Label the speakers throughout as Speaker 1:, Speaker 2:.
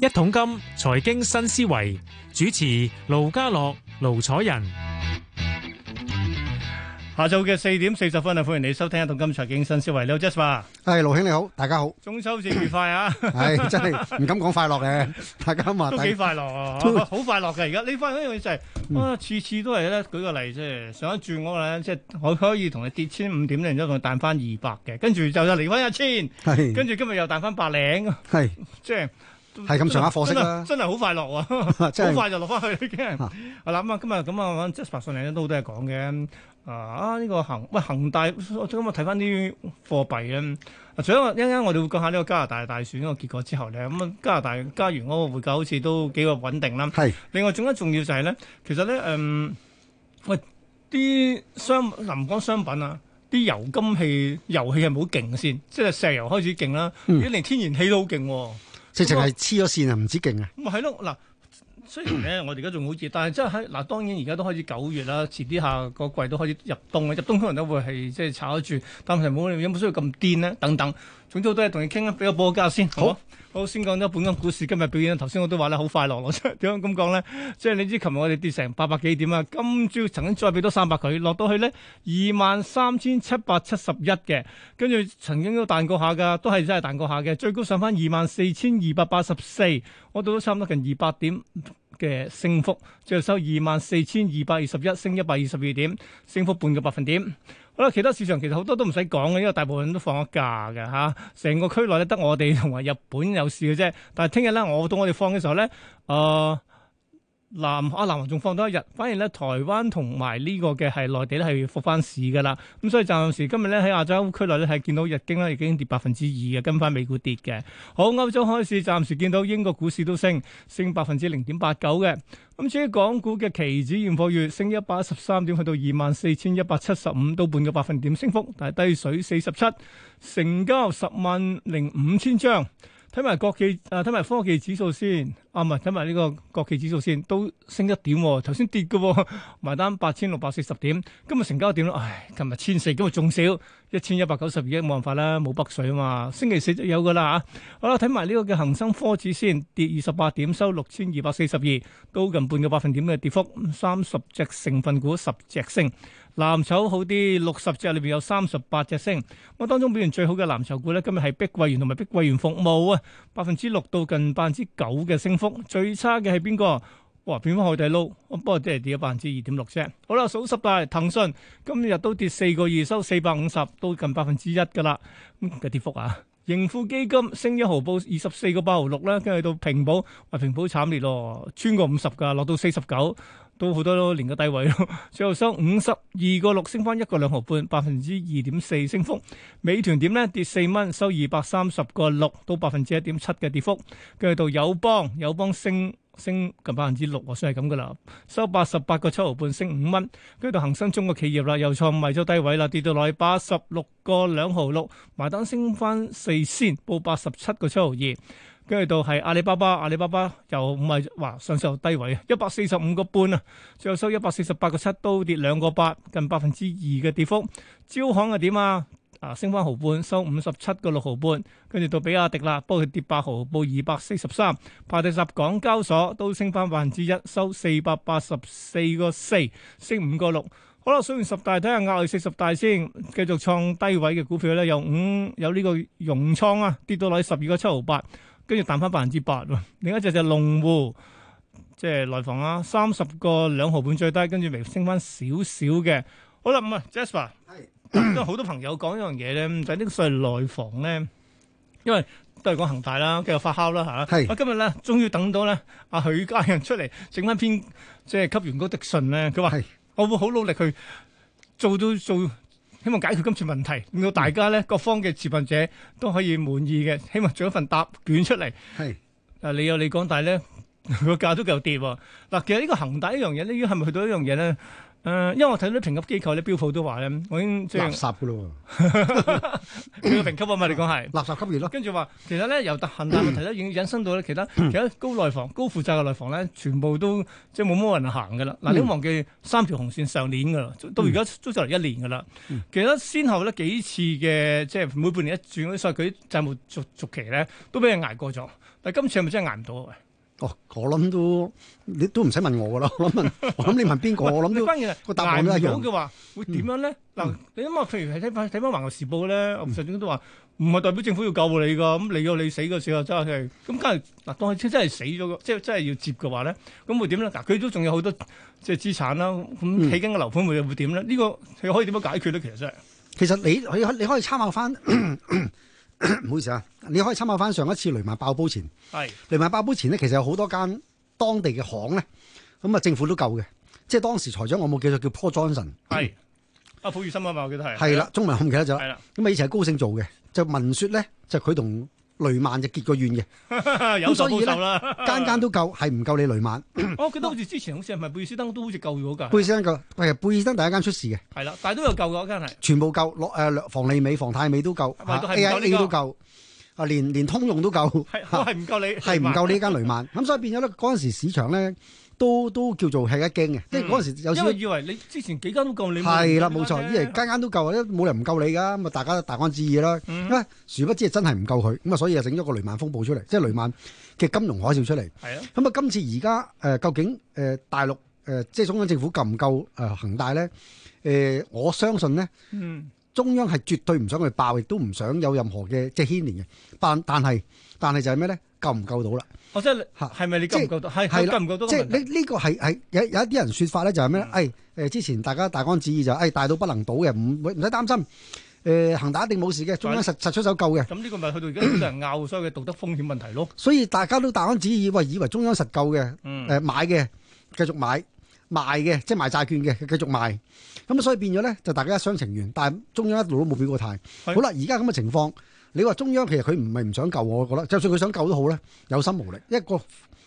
Speaker 1: 一桶金財經新思維主持盧家樂、盧楚仁，
Speaker 2: 下晝嘅四點四十分啊，歡迎你收聽《一桶金財經新思維》。你好，Jasper，
Speaker 3: 係盧兄你好，大家 好。
Speaker 2: 中秋節愉快啊！
Speaker 3: 係真係唔敢講快 樂嘅，大家話
Speaker 2: 都幾快樂啊，
Speaker 3: 都
Speaker 2: 好快樂嘅。而家呢翻因為就係、啊，次次都係咧。舉個例即係上一轉我咧，即係我可以同你跌千五點，然之後同你彈翻二百嘅，跟住就又嚟翻一千，
Speaker 3: 係
Speaker 2: 跟住今日又彈翻百零，
Speaker 3: 係
Speaker 2: 即係
Speaker 3: 係咁上下貨色啦，
Speaker 2: 真係好快樂啊！好
Speaker 3: 真係
Speaker 2: 快就落翻去已經。
Speaker 3: 啊
Speaker 2: 我諗啊，今日咁啊，Jasper 上嚟都好多嘢講嘅。啊，呢、個恒喂恒大，我今日睇翻啲貨幣咧。啊除咗一陣間我哋會講下呢個加拿大大選嗰個結果之後咧，咁啊加拿大加元嗰個匯價好似都幾個穩定啦。
Speaker 3: 係
Speaker 2: 另外仲一重要就係咧，其實咧，嗯，喂，啲商林港商品啊，啲油金氣、油氣係咪好勁先？即係石油開始勁啦，
Speaker 3: 嗯
Speaker 2: 而家連天然氣都好勁喎。
Speaker 3: 直情係黐咗線啊，唔止勁啊，
Speaker 2: 咁咪係咯，嗱，雖然咧我哋而家仲好熱，但係真係喺嗱，當然而家都開始九月啦，遲啲下個季都開始入冬啊啦，入冬可能都會係即係炒得住，但係冇有冇需要咁癲咧？等等，總之我都係同你傾啦，啊俾個報價先，好
Speaker 3: 好
Speaker 2: 嗎好先講咗本港股市今日表現啦。頭先我都話咧好快樂咯，即係點樣咁講咧？即係你知，琴日我哋跌成八百幾點啊，今朝曾經再俾多三百佢，落到去咧二萬三千七百七十一嘅，跟住曾經都彈過下㗎，都係真係彈過下嘅，最高上翻二萬四千二百八十四，我到咗差唔多近二百點嘅升幅，最後收二萬四千二百二十一，升一百二十二點，升幅半個百分點。好啦，其他市場其實好多都唔使講嘅，因為大部分都放咗假嘅嚇，成、個區內咧得我哋同埋日本有事嘅啫。但係聽日咧，我到我哋放嘅時候咧，誒、呃南啊南韓仲放多一日，反而咧台灣同埋呢個嘅係內地咧係復翻市㗎啦。咁所以暫時今日咧喺亞洲區內咧係見到日經咧已經跌百分之二嘅，跟翻美股跌嘅。 好，歐洲開市暫時見到英國股市都升，升百分之零點八九嘅。咁至於港股嘅期指現貨月升一百一十三點，去到二萬四千一百七十五，到半個百分點升幅，但係低水四十七，成交十萬零五千張。睇埋國企啊，睇埋科技指數先，啊唔係睇埋呢個國企指數先，都升一點喎，頭先跌嘅喎，埋單八千六百四十點，今日成交點啦，唉，琴日千四，今日仲少一千一百九十二億，冇辦法啦，冇北水啊嘛，星期四就有噶啦嚇。好啦，睇埋呢個嘅恒生科指先，跌二十八點，收六千二百四十二，都近半個百分點嘅跌幅，三十隻成分股十隻升。藍籌好啲，六十隻裏邊有三十八隻升。咁當中表現最好嘅藍籌股咧，今日係碧桂園同埋碧桂園服務啊，百分之六到近百分之九嘅升幅。最差嘅係邊個？哇，變翻海底撈，不過都係跌咗百分之二點六啫。好啦，數十大，騰訊今日都跌四個二，收四百五十，都近百分之一㗎啦。咁嘅跌幅啊！ 盈富基金升一毫報二十四個八毫六啦，跟住到平保，話平保慘烈咯，穿過五十㗎，落到四十九，都好多都連個低位咯。最後收五十二個六，升翻一個兩毫半，百分之二點四升幅。美團點咧跌四蚊，收二百三十個六，到百分之一點七嘅跌幅。跟住到友邦，友邦升。升近百分之六喎，算係咁噶啦，收八十八個七毫半，升五蚊。跟住到恒生中國企業啦，又創埋咗低位啦，跌到落去八十六個兩毫六，埋單升翻四仙，報八十七個七毫二。跟住到係阿里巴巴，阿里巴巴又唔係哇，上市又低位啊，一百四十五個半啊，最後收一百四十八個七，都跌兩個八，近百分之二嘅跌幅。招行係點啊？啊，升翻毫半，收五十七個六毫半，跟住到比亞迪啦，不過佢跌八毫，報二百四十三，排第十。港交所都升翻百分之一，收四百八十四個四，升五個六。好啦，數完十大，睇下額外四十大先，繼續創低位嘅股票咧，有五有呢個融創啊，跌到落去十二個七毫八，跟住彈翻百分之八喎。另一隻就係龍湖。即係內房啦，三十個兩毫半最低，跟住微升翻少少嘅。好啦，唔係 Jasper，因為好多朋友講一樣嘢咧，就係呢個所謂內房咧，因為都係講恒大啦，繼續發酵啦嚇。
Speaker 3: 係
Speaker 2: 啊，今日咧終於等到咧阿許家印出嚟整翻篇即係給員工的信咧，佢話
Speaker 3: 係
Speaker 2: 我會好努力去做到做。希望解決今次問題，令到大家咧各方嘅持份者都可以滿意嘅，希望做一份答卷出嚟。
Speaker 3: 係
Speaker 2: 啊，你有你 講，但係咧個價都夠跌喎。嗱，其實呢個恒大呢樣嘢呢，係咪去到一樣嘢咧？誒，因為我睇到啲評級機構咧，標普都話咧，我已經即
Speaker 3: 垃
Speaker 2: 係
Speaker 3: 圾噶咯
Speaker 2: 佢嘅評級啊嘛，你講係。
Speaker 3: 喎，垃圾級別咯。
Speaker 2: 跟住話，其實咧由特恒大問題咧，已經引申到咧其他其他高內房、高負債嘅內房咧，全部都即係冇乜人行嘅啦。嗱，你唔好忘記三條紅線上年嘅啦，到而家都就嚟一年嘅啦。其實先後咧幾次嘅，即係每半年一轉嗰啲，所以佢啲債務續續期咧都俾人捱過咗。但係今次係咪真係捱唔到啊？
Speaker 3: 哦，我諗都你都唔使問我噶啦，我諗問，我諗你問邊個， 我諗
Speaker 2: 喂，
Speaker 3: 都
Speaker 2: 關鍵
Speaker 3: 個
Speaker 2: 係
Speaker 3: 答案都
Speaker 2: 捱
Speaker 3: 一
Speaker 2: 唔
Speaker 3: 樣嗯
Speaker 2: 到嘅話，會點樣咧？嗱，你諗下，譬如係睇翻睇翻《環球時報》咧，吳尚忠
Speaker 3: 嗯
Speaker 2: 都話唔係代表政府要救你㗎，咁你要你死嘅時候真係咁，梗係嗱，當佢真係死咗嘅，即係真係要接嘅話咧，咁會點咧？嗱，佢都仲有好多即係資產啦，
Speaker 3: 嗯
Speaker 2: 咁起緊嘅樓盤會會點咧？呢個佢可以點樣解決咧？其實真係
Speaker 3: 其實你你可你可以參考翻，唔好意思啊，你可以參考翻上一次雷曼爆煲前，
Speaker 2: 係
Speaker 3: 雷曼爆煲前咧，其實有好多間當地嘅行咧，咁啊政府都救嘅，即係當時財長我冇記錯叫 Paul Johnson，
Speaker 2: 係阿普爾森啊嘛，我記得係
Speaker 3: 嗯係啦，，中文我唔記得咗啦。
Speaker 2: 係啦，
Speaker 3: 咁啊以前係高盛做嘅，就聞說咧就佢同雷曼就結 過怨嘅，
Speaker 2: 有所
Speaker 3: 所
Speaker 2: 報
Speaker 3: 以咧
Speaker 2: 酬 啦。
Speaker 3: 間間都救，係唔夠你雷曼。
Speaker 2: 我記得好似之前好似係咪貝爾斯登都好似救咗
Speaker 3: 貝
Speaker 2: 㗎，
Speaker 3: 爾登救，其實貝爾登第一間出事嘅，
Speaker 2: 係啦，但係都有救㗎，間係
Speaker 3: 全部救，攞誒房利美、房太美都救
Speaker 2: 係咪都係唔
Speaker 3: A
Speaker 2: 夠
Speaker 3: I
Speaker 2: 呢
Speaker 3: A
Speaker 2: 個
Speaker 3: 都救，啊連連通用都救。
Speaker 2: 係 我係唔夠你
Speaker 3: 係唔夠呢間雷曼，咁所以變咗咧嗰陣時市場咧都都叫做吃一驚嘅，即係嗰陣時有
Speaker 2: 因
Speaker 3: 少
Speaker 2: 為以為你之前幾間都夠你
Speaker 3: 係啦，冇錯，
Speaker 2: 呢
Speaker 3: 因為間間都夠，冇人唔夠你噶，咁啊大家大安旨意啦。
Speaker 2: 嗯
Speaker 3: 啊，殊不知真係唔夠佢，咁啊所以就整咗個雷曼風暴出嚟，即係雷曼嘅金融海嘯出嚟。
Speaker 2: 係啊，
Speaker 3: 咁啊，今次而家誒究竟誒、呃大陸誒、呃即係中央政府夠唔夠誒恒大咧？誒、我相信咧。
Speaker 2: 嗯，
Speaker 3: 中央係絕對唔想佢爆，亦都唔想有任何嘅即係牽連嘅。但但係但係就係咩咧？夠唔夠到啦？
Speaker 2: 我即係
Speaker 3: 嚇
Speaker 2: 係咪你夠唔夠到？係
Speaker 3: 係
Speaker 2: 係
Speaker 3: 啦
Speaker 2: 夠唔夠到？
Speaker 3: 即係呢呢個係係有有一啲人説法咧，就係咩咧？誒誒、哎呃之前大家大安旨意就誒、哎大到不能倒嘅，唔唔使擔心。誒、恒大一定冇事嘅，中央實實出手救嘅，
Speaker 2: 咁呢個咪去到而家好多人拗所謂嘅道德風險問題咯。
Speaker 3: 所以大家都大安旨意，喂，以為中央實救嘅，誒、
Speaker 2: 嗯，
Speaker 3: 買嘅繼續買，賣嘅即係賣債券嘅繼續賣，咁所以變咗咧就大家一廂情願，但係中央一路都冇表過態。
Speaker 2: 係
Speaker 3: 好啦，而家咁嘅情況，你話中央其實佢唔係唔想救我，我覺得就算佢想救都好咧，有心無力，一個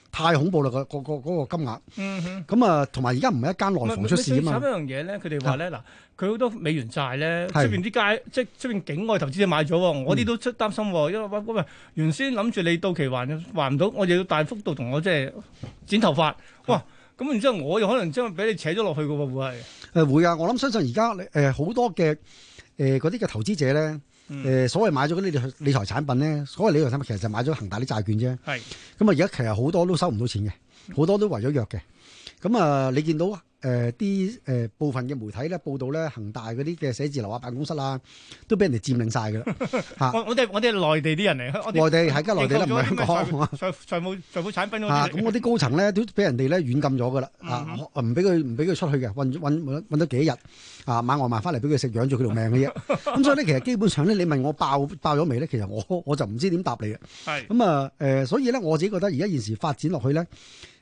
Speaker 3: 太恐怖啦個個個嗰個金額。
Speaker 2: 嗯哼。
Speaker 3: 咁啊，同埋而家唔係一間內房出事啊
Speaker 2: 唔係最
Speaker 3: 嘛，
Speaker 2: 慘一樣嘢咧，佢哋話咧嗱，佢好多美元債咧，出
Speaker 3: 係
Speaker 2: 邊啲街即係出邊境外投資者買咗喎，我啲都出擔心喎，因為喂喂，原先諗住你到期還還唔到，我又要大幅度同我即係剪頭髮，哇！咁然之後我又可能將俾你扯咗落去嘅喎，會係
Speaker 3: 誒會啊！我諗相信而家誒好多嘅誒嗰啲嘅投資者咧，
Speaker 2: 嗯
Speaker 3: 誒、所謂買咗嗰啲理財理財產品咧，所謂理財產品其實就買咗恒大啲債券啫。
Speaker 2: 係
Speaker 3: 咁啊，而家其實好多都收唔到錢嘅，好多都違咗約嘅。咁啊，你見到誒啲誒部分嘅媒體咧報道咧，恒大嗰啲嘅寫字樓啊、辦公室啊，都俾人哋佔領晒㗎啦。嚇
Speaker 2: 我我哋我哋係內地啲人嚟，我哋
Speaker 3: 啊內地喺家內地啦，
Speaker 2: 認購
Speaker 3: 唔
Speaker 2: 咗
Speaker 3: 係香
Speaker 2: 啲咩
Speaker 3: 港啊。
Speaker 2: 財財務財務產品嗰
Speaker 3: 啊，
Speaker 2: 啲
Speaker 3: 咁嗰啲高層咧都俾人哋咧軟禁咗㗎啦，
Speaker 2: 嗯
Speaker 3: 啊，唔俾佢唔俾佢出去嘅，運運運咗幾日，啊，買外賣翻嚟俾佢食，養住佢條命嘅啫。咁所以咧，其實基本上咧，你問我爆爆咗未咧，其實我我就唔知點答你嘅。
Speaker 2: 係
Speaker 3: 咁啊，誒、所以咧，我自己覺得而家現時發展落去咧，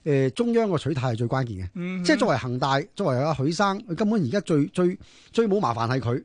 Speaker 3: 誒、中央個取態係最關鍵嘅。
Speaker 2: 嗯
Speaker 3: 即係作為恒大，作為阿許生，佢根本而家最最最冇麻煩係佢。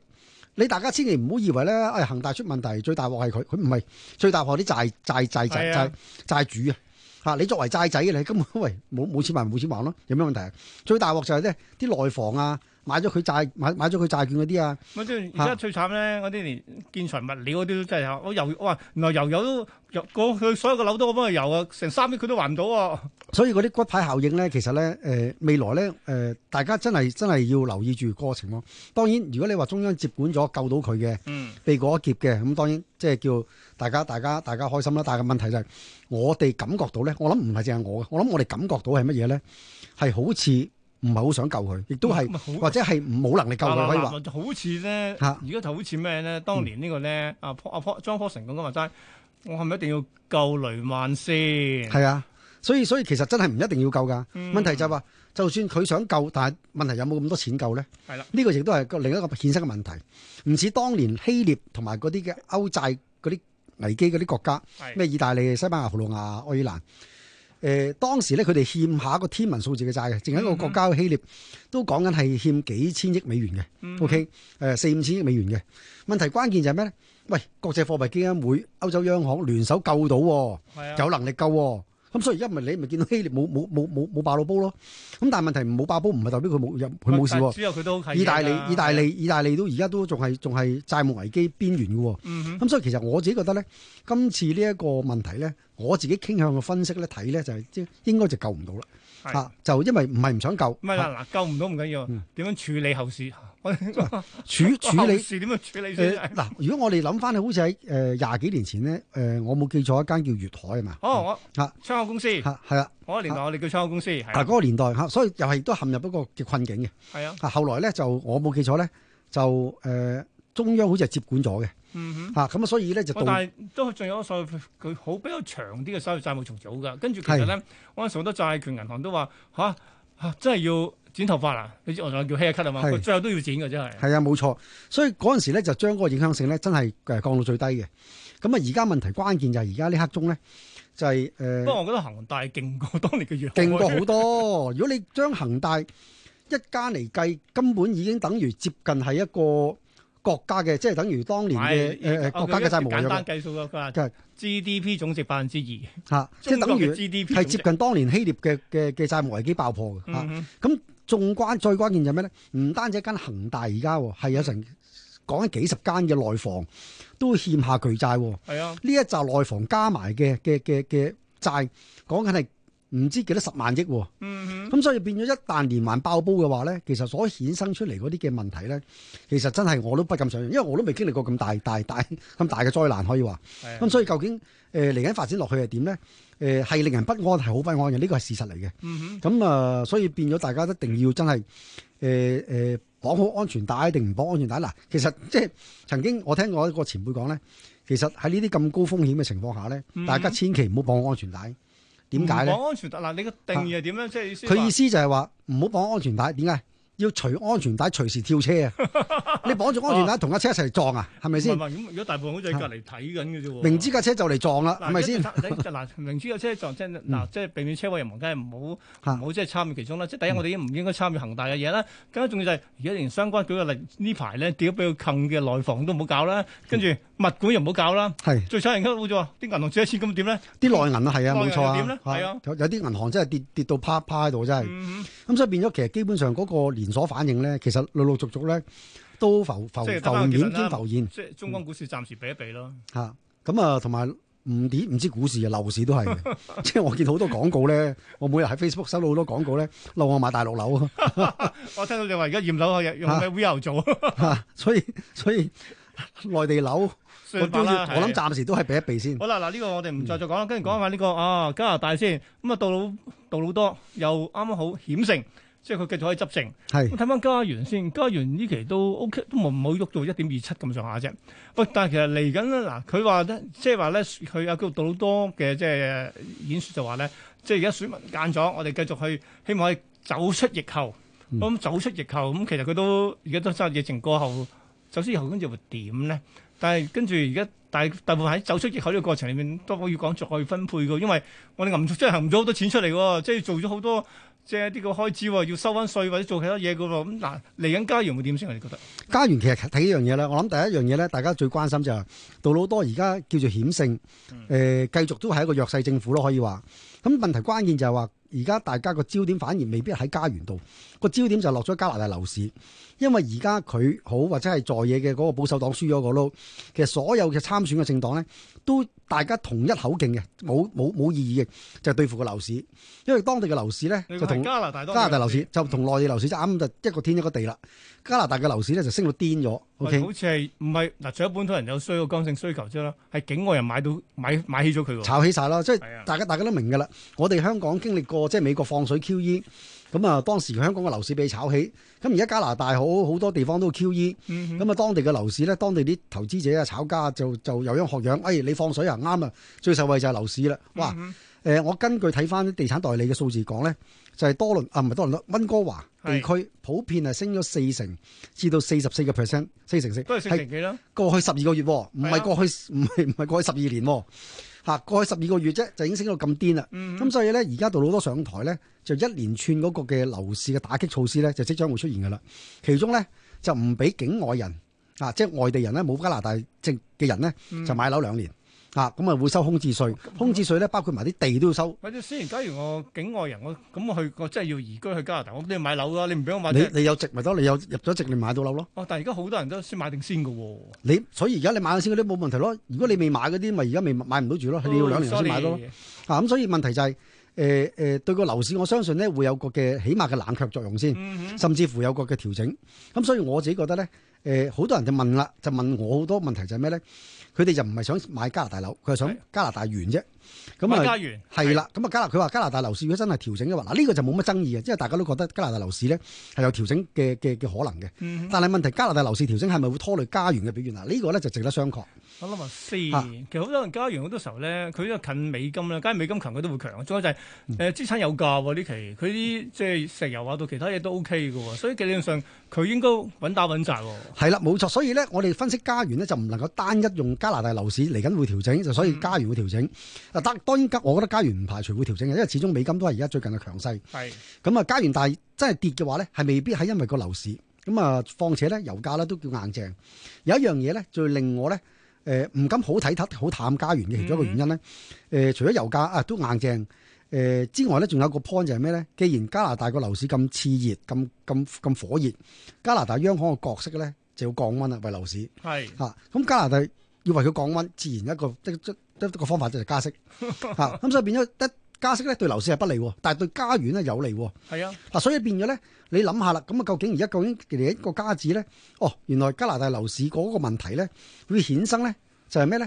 Speaker 3: 你大家千祈唔好以為咧，誒、哎、恒大出問題最大鑊係佢，佢唔係最大鑊係啲債債債債
Speaker 2: 係啊
Speaker 3: 債債主啊！嚇你作為債仔嘅你根本喂冇冇錢還冇錢還咯，有咩問題啊？最大鑊就係咧啲內房啊，買咗佢債買買咗佢債券嗰啲啊，
Speaker 2: 咪即係而家最慘咧，嗰啲連建材物料嗰啲都真係有我油哇，原來油油都油嗰佢所有嘅樓都我幫佢油啊，成三億佢都還唔到喎。
Speaker 3: 所以嗰啲骨牌效應咧，其實咧，誒、未來咧，誒、大家真係真係要留意住嗰個情況。當然，如果你話中央接管咗救到佢嘅，
Speaker 2: 嗯，
Speaker 3: 避過一劫嘅，咁當然即係叫大家大家大家開心啦。但係個問題就係、我哋感覺到咧，我諗唔係淨係我嘅，我諗我哋感覺到係乜嘢咧？係好似唔係好想救佢，亦都係
Speaker 2: 啊好
Speaker 3: 或者係冇能力救佢可以話。
Speaker 2: 嗱好似咧，
Speaker 3: 嚇嗯
Speaker 2: 而家就好似咩咧？當年呢個咧，阿 Po 阿 Po 莊 Po 成講嘅話齋，我係咪一定要救雷曼先？
Speaker 3: 係啊，所以所以其實真係唔一定要救㗎。
Speaker 2: 嗯
Speaker 3: 問題就係話，就算佢想救，但係問題有冇咁多錢救咧？
Speaker 2: 係啦，
Speaker 3: 呢個亦都係個另一個衍生嘅問題，唔似當年希臘同埋嗰啲嘅歐債嗰啲危機嗰啲國家，
Speaker 2: 係
Speaker 3: 咩意大利、西班牙、葡萄牙、愛爾蘭。誒、當時咧，佢哋欠下一個天文數字嘅債嘅，淨係一個國家希臘都講緊係欠幾千億美元嘅。OK，誒、四五千億美元嘅問題關鍵就係咩咧？喂，國際貨幣基金會、歐洲央行聯手救到、喎。
Speaker 2: 係啊，
Speaker 3: 有能力救喎、咁所以而家咪你咪見到希臘冇冇冇冇冇爆到煲咯。咁但係問題冇爆煲唔係代表佢冇入佢冇事
Speaker 2: 但
Speaker 3: 喎。
Speaker 2: 之後佢都係
Speaker 3: 意大利意大利意大利都而家都仲係仲係債務危機邊緣嘅喎。
Speaker 2: 嗯哼
Speaker 3: 咁所以其實我自己覺得咧，今次呢一個問題咧，我自己傾向嘅分析咧睇咧就係即係應該就救唔到啦
Speaker 2: 係
Speaker 3: 嚇，就因為唔係唔想救啊
Speaker 2: 唔，係啦，嗱救唔到唔緊要，
Speaker 3: 嗯
Speaker 2: 點樣處理後事？
Speaker 3: 處 處
Speaker 2: 後
Speaker 3: 理
Speaker 2: 事點樣處理
Speaker 3: 誒
Speaker 2: 先？
Speaker 3: 嗱，如果我哋諗翻好似喺誒廿幾年前咧，誒我冇記錯一間叫粵海啊嘛，
Speaker 2: 哦，我
Speaker 3: 啊
Speaker 2: 窗口公司，
Speaker 3: 嚇係啦，
Speaker 2: 我個年代我哋叫窗口公司，係
Speaker 3: 嗱
Speaker 2: 啊
Speaker 3: 嗰個年代嚇，所以又係都陷入一個嘅困境嘅。
Speaker 2: 係啊，
Speaker 3: 啊，後來咧就我冇記錯咧，就誒、呃中央好似係接管咗嘅，
Speaker 2: 嗯哼。
Speaker 3: 嚇咁啊，所以咧就
Speaker 2: 哦
Speaker 3: 導
Speaker 2: 但係都仲有所謂佢好比較長啲嘅所謂債務重組㗎。跟住其實咧，嗰陣時好多債權銀行都話吓吓真係要剪頭髮啦，你知我仲有叫 haircut 啊嘛，
Speaker 3: 係
Speaker 2: 佢最後都要剪嘅真係。
Speaker 3: 係啊冇錯，所以嗰陣時咧就將嗰個影響性咧真係誒降到最低嘅。咁啊，而家問題關鍵就係而家呢刻鐘咧就係、
Speaker 2: 不
Speaker 3: 誒
Speaker 2: 過我覺得恒大勁過當年嘅粵海
Speaker 3: 勁過好多。如果你將恒大一家嚟計，根本已經等於接近係一個國家嘅，即係等於當年嘅
Speaker 2: 係
Speaker 3: 誒誒
Speaker 2: 啊
Speaker 3: 國家嘅債務
Speaker 2: 簡
Speaker 3: 違
Speaker 2: 單
Speaker 3: 約
Speaker 2: 計數啦，佢
Speaker 3: 梗
Speaker 2: 話
Speaker 3: 係
Speaker 2: GDP 總值百分之二，
Speaker 3: 嚇，即
Speaker 2: 中
Speaker 3: 係
Speaker 2: 國
Speaker 3: 等
Speaker 2: 嘅
Speaker 3: 於
Speaker 2: GDP
Speaker 3: 係
Speaker 2: 總值
Speaker 3: 接近啊當年希臘嘅嘅嘅債務危機爆破嘅嚇。
Speaker 2: 嗯哼
Speaker 3: 仲關最關鍵就係咩咧？唔單止一間恒大而家喎係有成講緊幾十間嘅內房都欠下巨債喎，呢
Speaker 2: 係啊，
Speaker 3: 一紮內房加埋嘅嘅嘅嘅債講緊係唔知幾多十萬億喎，
Speaker 2: 嗯哼
Speaker 3: 咁所以變咗一旦連環爆煲嘅話咧，其實所衍生出嚟嗰啲嘅問題咧，其實真係我都不敢想像，因為我都未經歷過咁大大大咁大嘅災難可以話。
Speaker 2: 係啊
Speaker 3: 咁所以究竟誒嚟緊發展落去係點咧？誒、呃係令人不安，係好不安嘅，呢個係事實嚟嘅。
Speaker 2: 嗯哼。
Speaker 3: 咁啊、所以變咗大家一定要真係誒誒綁好安全帶定唔綁安全帶嗱。其實即係曾經我聽過一個前輩講咧，其實喺呢啲咁高風險嘅情況下咧，
Speaker 2: 嗯
Speaker 3: 大家千祈唔好綁安全帶。點解
Speaker 2: 唔
Speaker 3: 咧？
Speaker 2: 講安全帶嗱，你個定義係點咧？即係意思
Speaker 3: 佢意
Speaker 2: 思
Speaker 3: 思就係話唔好綁安全帶，點解？要除安全帶隨時跳車 啊！你綁住安全帶同架車一齊撞啊，係咪
Speaker 2: 係
Speaker 3: 先？
Speaker 2: 咁，如果大部分好似喺隔離睇緊嘅啫喎。
Speaker 3: 明知架車就嚟撞啦，係
Speaker 2: 嗱
Speaker 3: 咪
Speaker 2: 一
Speaker 3: 先？嗯
Speaker 2: 嗱你嗱，明知有車撞，即係嗱，即係避免車禍人亡，梗係唔好
Speaker 3: 嚇
Speaker 2: 唔好即係參與其中啦。即係第一，我哋已經唔應該參與恒大嘅嘢啦。更加重要就係而家連相關舉個例，呢排咧屌俾佢坑嘅內房都唔好搞啦，跟住物管又唔好搞啦。
Speaker 3: 係
Speaker 2: 最慘人家好咗，啲銀行借錢咁點咧？
Speaker 3: 啲內銀啊，係啊，
Speaker 2: 內
Speaker 3: 冇錯
Speaker 2: 銀又點咧
Speaker 3: 啊，
Speaker 2: 係啊
Speaker 3: 有有啲銀行真係跌跌到趴趴喺度，真係。
Speaker 2: 嗯哼
Speaker 3: 咁所以變咗，其實基本上嗰個連鎖反應咧，其實陸陸續續咧都浮浮浮
Speaker 2: 即係啊得返個結
Speaker 3: 現
Speaker 2: 論啦
Speaker 3: 兼浮現
Speaker 2: 即係中港股市暫時避一避咯。
Speaker 3: 嚇。咁啊，同埋唔止唔知股市啊，樓市都係 嘅。即係我見好多廣告咧，我每日喺 Facebook 收到好多廣告咧，嬲我買大陸樓
Speaker 2: 我聽到你話而家驗樓係用咩 VR 做，
Speaker 3: 啊，所以所以內地樓我
Speaker 2: 算
Speaker 3: 都
Speaker 2: 罷
Speaker 3: 要，
Speaker 2: 啦。係
Speaker 3: 我諗暫時都係避一避先。
Speaker 2: 好啦，嗱呢個我哋唔再再講啦，跟住講下呢個啊加拿大先，咁啊杜魯杜魯多又啱啱好險勝，即係佢繼續可以執政。咁
Speaker 3: 係
Speaker 2: 睇翻加元先，加元呢期都 O、k 都冇冇喐到一點二七咁上下啫。喂，但係其實嚟緊咧，嗱佢話咧，即係話咧，佢有叫杜魯多嘅即係演說就話咧，即係而家選民揀咗，我哋繼續去希望可以走出疫後。
Speaker 3: 嗯
Speaker 2: 咁、走出疫後，咁其實佢都而家都真係疫情過後，走出疫後跟住會點咧？但係跟住而家大大部分喺走出疫後呢個過程裏面，都要講再分配嘅，因為我哋揞出真係揞咗好多錢出嚟喎，即係做咗好多。即係呢個開支喎，要收翻稅或者做其他嘢噶喎。咁嗱，嚟緊家園會點先？我哋覺得
Speaker 3: 加元其實睇一樣嘢咧，我諗第一樣嘢咧，大家最關心就係杜魯多而家叫做險勝，誒、呃繼續都係一個弱勢政府咯，可以話。咁問題關鍵就係話，而家大家個焦點反而未必喺加元度，個焦點就落咗加拿大樓市，因為而家佢好或者係在野嘅嗰個保守黨輸咗個撈，其實所有嘅參選嘅政黨咧，都大家同一口徑嘅，冇冇冇異議嘅，就係對付個樓市，因為當地嘅樓市咧
Speaker 2: 你
Speaker 3: 就
Speaker 2: 講係
Speaker 3: 同。
Speaker 2: 加拿大多
Speaker 3: 加拿大樓市就
Speaker 2: 嗯
Speaker 3: 同內地樓市就啱就一個天一個地啦。加拿大嘅樓市咧就升到癲咗
Speaker 2: 喂
Speaker 3: ，OK，
Speaker 2: 好似係唔係嗱？除咗本土人有需要剛性需求之啦，係境外人買到買買起咗佢喎。
Speaker 3: 炒起晒啦，即係
Speaker 2: 係啊
Speaker 3: 大家大家都明㗎啦。我哋香港經歷過即係美國放水 QE，咁啊當時香港嘅樓市被炒起，咁而家加拿大好好多地方都 QE，
Speaker 2: 嗯哼
Speaker 3: 咁啊當地嘅樓市咧，當地啲投資者啊、炒家啊就就有樣學樣，哎你放水啊啱啊，最受惠就係樓市啦，哇！
Speaker 2: 嗯哼
Speaker 3: 誒、呃我根據睇翻啲地產代理嘅數字講咧，就係、多倫啊，唔係多倫多，温哥華地區普遍係升咗四成，至到四十四個 percent，四成四，
Speaker 2: 都係四成幾啦。
Speaker 3: 過去十二個月喎，唔
Speaker 2: 係啊
Speaker 3: 係過去唔係唔係過去十二年喎，嚇過去十二個月啫，就已經升到咁癲啦。
Speaker 2: 嗯
Speaker 3: 咁、所以咧，而家杜魯多上台咧，就一連串嗰個嘅樓市嘅打擊措施咧，就即將會出現㗎啦。其中咧就唔俾境外人啊，即係外地人咧，冇加拿大籍嘅人咧，
Speaker 2: 嗯
Speaker 3: 就買樓兩年。啊，咁啊會收空置税，空置税咧包括埋啲地都要收。
Speaker 2: 或者雖然假如我境外人，我咁我去我真係要移居去加拿大，我都要買樓啦。你唔俾我買
Speaker 3: 你
Speaker 2: 啫。
Speaker 3: 你有值咪得，你有入咗值，你買到樓咯。
Speaker 2: 哦，但係而家好多人都先買定先嘅喎。
Speaker 3: 你所以而家你買咗先嗰啲冇問題咯。如果你未買嗰啲，咪而家未買唔到住咯，你要兩年後先買咯。
Speaker 2: 哦 Sorry
Speaker 3: 啊，咁所以問題就係誒誒對個樓市，我相信咧會有個嘅起碼嘅冷卻作用先，
Speaker 2: 嗯哼
Speaker 3: 甚至乎有個嘅調整。咁所以我自己覺得咧，誒、呃好多人就問啦，就問我好多問題就係咩咧？佢哋就唔係想買加拿大樓，佢係想
Speaker 2: 係
Speaker 3: 加拿大元啫。咁
Speaker 2: 買
Speaker 3: 啊
Speaker 2: 家。園
Speaker 3: 係啦，咁啊加拿佢話加拿大樓市如果真係調整嘅話，嗱、呢個就冇乜爭議啊嘅，即係大家都覺得加拿大樓市咧係有調整嘅嘅嘅可能嘅。
Speaker 2: 嗯哼
Speaker 3: 但係問題加拿大樓市調整係咪會拖累加元嘅表現啊？呢、個咧就值得商榷。
Speaker 2: 我諗下先
Speaker 3: 啊，
Speaker 2: 其實好多人加完好多時候咧，佢都近美金啦，梗係美金強佢都會
Speaker 3: 嗯
Speaker 2: 強。仲有就係誒資產有價喎呢期，佢啲即係石油啊到其他嘢都 OK 嘅喎，所以理論上佢應該穩打穩紮喎。
Speaker 3: 係啦，冇錯。所以咧，我哋分析加元咧就唔能夠單一用加拿大樓市嚟緊會調整，就所以加元會調整。嗱，當當然加，我覺得加元唔排除會調整嘅，因為始終美金都係而家最近嘅強勢。
Speaker 2: 係
Speaker 3: 咁啊，加元大真係跌嘅話咧，係未必係因為個樓市。咁啊，況且咧，油價咧都叫硬淨。有一樣嘢咧，最令我咧誒唔敢好睇睇好淡加元嘅其中一個原因咧，誒、除咗油價啊都硬淨。誒、之外咧，仲有個 point 就係咩咧？既然加拿大個樓市咁熾熱、咁咁咁火熱，加拿大央行嘅角色咧就要降温啦，為樓市
Speaker 2: 係
Speaker 3: 嚇。啊咁、加拿大要為佢降温，自然一個一一一個方法就係加息嚇。啊咁、所以變咗一加息咧對樓市係不利喎，但係對加元咧有利喎。
Speaker 2: 係啊，
Speaker 3: 嗱，所以變咗咧，你諗下啦，咁啊，究竟而家究竟其哋一個家子咧，哦，原來加拿大樓市嗰個問題咧，會衍生咧，就係咩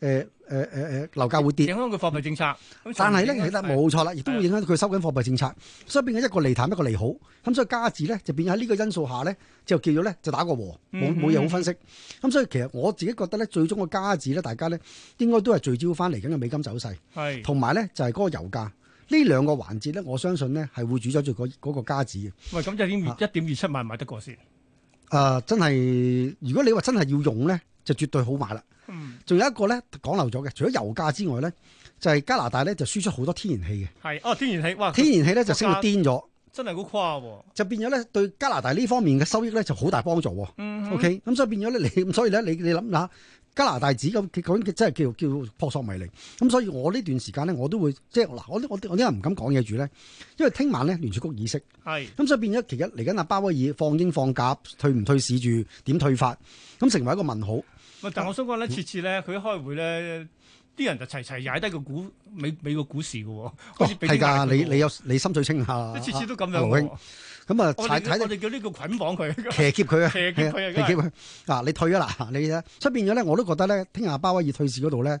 Speaker 3: 呃咧？誒誒誒誒，樓價會
Speaker 2: 影
Speaker 3: 跌，嗯
Speaker 2: 響佢貨幣政策。咁
Speaker 3: 但係咧，
Speaker 2: 從而
Speaker 3: 其實
Speaker 2: 係
Speaker 3: 冇錯啦，亦都會影響到佢收緊貨幣政策，所以變咗一個利淡一個利好，咁所以家子咧就變咗喺呢個因素下咧，就叫做咧就打個和，冇
Speaker 2: 嗯
Speaker 3: 冇嘢好分析。咁所以其實我自己覺得咧，最終個家子咧，大家咧應該都係聚焦翻嚟緊嘅美金走勢。
Speaker 2: 係
Speaker 3: 同埋咧就係嗰個油價呢兩個環節咧，我相信咧係會主宰住嗰嗰個家子嘅。誒、
Speaker 2: 喂，咁一點
Speaker 3: 啊
Speaker 2: 二一點二七萬買得過先。
Speaker 3: 真係如果你話真係要用咧，就絕對好買啦。
Speaker 2: 嗯，
Speaker 3: 仲有一個咧講漏咗嘅，除咗油價之外咧，就係、加拿大咧就輸出好多天然氣嘅，
Speaker 2: 係哦，天然氣哇，
Speaker 3: 天然氣咧就升到癲咗，
Speaker 2: 真係好誇喎。
Speaker 3: 就變咗咧對加拿大呢方面嘅收益咧就好大幫助喎。
Speaker 2: 嗯
Speaker 3: O K，咁所以變咗咧，你咁所以咧，你你諗下加拿大紙咁，究竟真係叫叫撲朔迷離。咁所以我呢段時間咧，我都會即係嗱，我我我啲人唔敢講嘢住咧，因為聽晚咧聯儲局議息。
Speaker 2: 係
Speaker 3: 咁所以變咗，其實嚟緊阿鮑威爾放鷹放鴿，退唔退市住，點退法，咁成為一個問號。
Speaker 2: 喂，但我想
Speaker 3: 嗯
Speaker 2: 講咧，次次咧佢一開會咧，啲人就齊齊踩低個股美美國股市嘅喎，好似俾
Speaker 3: 哦係
Speaker 2: 啲壓
Speaker 3: 㗎，
Speaker 2: 力
Speaker 3: 你
Speaker 2: 嘅喎
Speaker 3: 你有你心水清下，
Speaker 2: 即次次都咁
Speaker 3: 啊
Speaker 2: 樣
Speaker 3: 羅
Speaker 2: 喎
Speaker 3: 兄。咁啊
Speaker 2: 我
Speaker 3: 踩
Speaker 2: 哋
Speaker 3: 踩
Speaker 2: 我哋叫呢個捆綁 佢。
Speaker 3: 騎劫佢啊，
Speaker 2: 騎劫佢啊
Speaker 3: 騎劫佢啊！你退啊啦，你咧，所以變咗咧，我都覺得咧，聽日阿鮑威爾退市嗰度咧，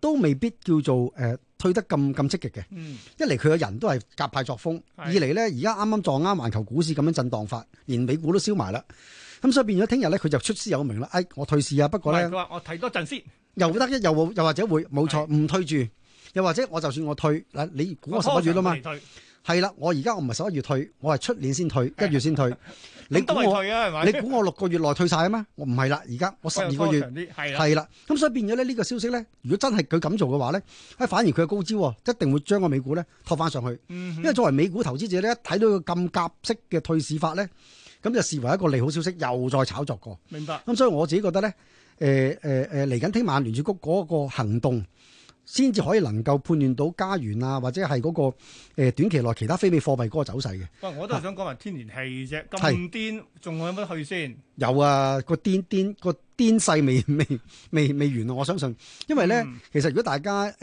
Speaker 3: 都未必叫做誒、呃退得咁咁積極嘅。
Speaker 2: 嗯，
Speaker 3: 一嚟佢個人都係夾派作風，二嚟咧而家啱啱撞啱環球股市咁樣震盪法，連美股都燒埋啦。咁所以變咗聽日咧，佢就出師有名啦。哎，我退市啊，不
Speaker 2: 唔
Speaker 3: 過
Speaker 2: 係
Speaker 3: 咧
Speaker 2: 佢。話我睇多陣先，
Speaker 3: 又得一又又或者會冇錯，唔退住。又或者我就算我退嗱，你估我十一月啦嘛，
Speaker 2: 拖長佢嚟
Speaker 3: 係啦，我而家我唔係十一月退，我係出年先退，一月先退。
Speaker 2: 退，
Speaker 3: 你
Speaker 2: 咁都
Speaker 3: 估
Speaker 2: 係
Speaker 3: 我
Speaker 2: 退啊，係咪？
Speaker 3: 你估我六個月內退晒啊嘛？我唔係啦，而家我十二
Speaker 2: 我又
Speaker 3: 個
Speaker 2: 拖
Speaker 3: 月
Speaker 2: 長啲係啦，
Speaker 3: 係啦，咁所以變咗咧呢個消息咧，如果真係佢咁做嘅話咧，啊反而佢嘅高招喎，一定會將個美股咧拖翻上去。
Speaker 2: 嗯
Speaker 3: 因為作為美股投資者咧，一睇到佢咁夾式嘅退市法咧，咁就視為一個利好消息，又再炒作過。
Speaker 2: 明白。
Speaker 3: 咁所以我自己覺得咧，誒誒誒，嚟緊聽晚聯儲局嗰個行動，先至可以能夠判斷到加元啊，或者係嗰、個、呃、短期內其他非美貨幣嗰個走勢嘅。
Speaker 2: 喂，我都係想講埋天然氣啫，咁
Speaker 3: 係
Speaker 2: 癲，仲有乜去先？
Speaker 3: 有啊，個癲癲個癲勢未未未未完啊！我相信，因為咧，
Speaker 2: 嗯
Speaker 3: 其實如果大家誒、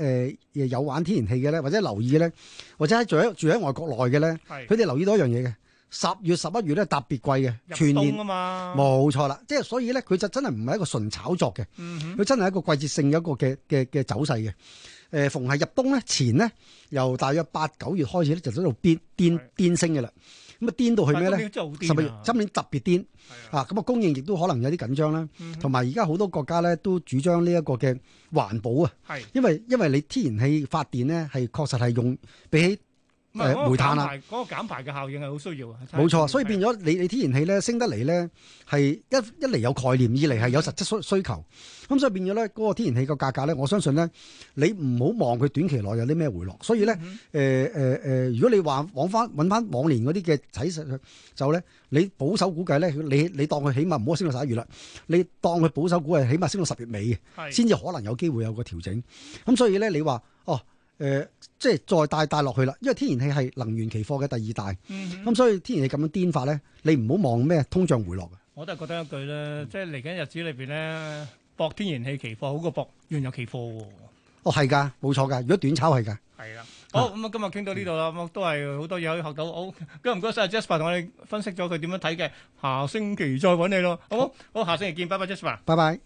Speaker 3: 呃有玩天然氣嘅咧，或者留意嘅咧，或者喺住喺住喺外國內嘅咧，
Speaker 2: 係
Speaker 3: 佢哋留意到一樣嘢嘅，十月十一月咧特別貴嘅，全
Speaker 2: 入
Speaker 3: 年
Speaker 2: 冬啊嘛。
Speaker 3: 冇錯啦，即係所以咧，佢就真係唔係一個純炒作嘅。
Speaker 2: 嗯哼，
Speaker 3: 佢真係一個季節性嘅一個嘅嘅嘅走勢嘅。誒、逢係入冬咧前咧，由大約八九月開始咧，就喺度癲癲
Speaker 2: 係
Speaker 3: 癲升嘅啦。咁啊癲到去咩
Speaker 2: 但係今
Speaker 3: 咧？
Speaker 2: 年真係好癲
Speaker 3: 十一月
Speaker 2: 啊
Speaker 3: 今年特別癲
Speaker 2: 係啊
Speaker 3: 啊！咁啊供應亦都可能有啲緊張啦。
Speaker 2: 嗯哼
Speaker 3: 同埋而家好多國家咧都主張呢一個嘅環保啊，
Speaker 2: 係
Speaker 3: 因為因為你天然氣發電咧係確實係用比起
Speaker 2: 唔係
Speaker 3: 誒
Speaker 2: 嗰個
Speaker 3: 煤炭啦
Speaker 2: 減排嗰個減排嘅效應係好需要啊。
Speaker 3: 冇錯，所以變咗你你天然氣咧升得嚟咧，係一一嚟有概念，二嚟係有實質需需求。咁所以變咗咧，嗰、個天然氣個價格咧，我相信咧，你唔好望佢短期內有啲咩回落。所以
Speaker 2: 嗯
Speaker 3: 咧，誒誒誒，呃如果你話往翻揾翻往年嗰啲嘅睇實就咧，你保守估計咧，你你當佢起碼唔好升到十一月啦，你當佢保守估計起碼升到十月尾嘅。
Speaker 2: 係
Speaker 3: 先至可能有機會有個調整。咁所以咧，你話哦，誒、即係再帶帶落去啦，因為天然氣係能源期貨嘅第二大，咁、
Speaker 2: 嗯哼
Speaker 3: 所以天然氣咁樣癲法咧，你唔好望咩通脹回落啊嘅。
Speaker 2: 我都係覺得一句咧，即係嚟緊日子裏邊咧，博天然氣期貨好過博原油期貨喎。
Speaker 3: 哦，係㗎，冇錯㗎。如果短炒係㗎，
Speaker 2: 係啦，好咁啊，今日傾到呢度啦，咁都係好多嘢可以學到。好，今日唔該晒 Jasper 同我哋分析咗佢點樣睇嘅，下星期再揾你咯，好唔好？好，下星期見，拜拜，Jasper。
Speaker 3: 拜拜。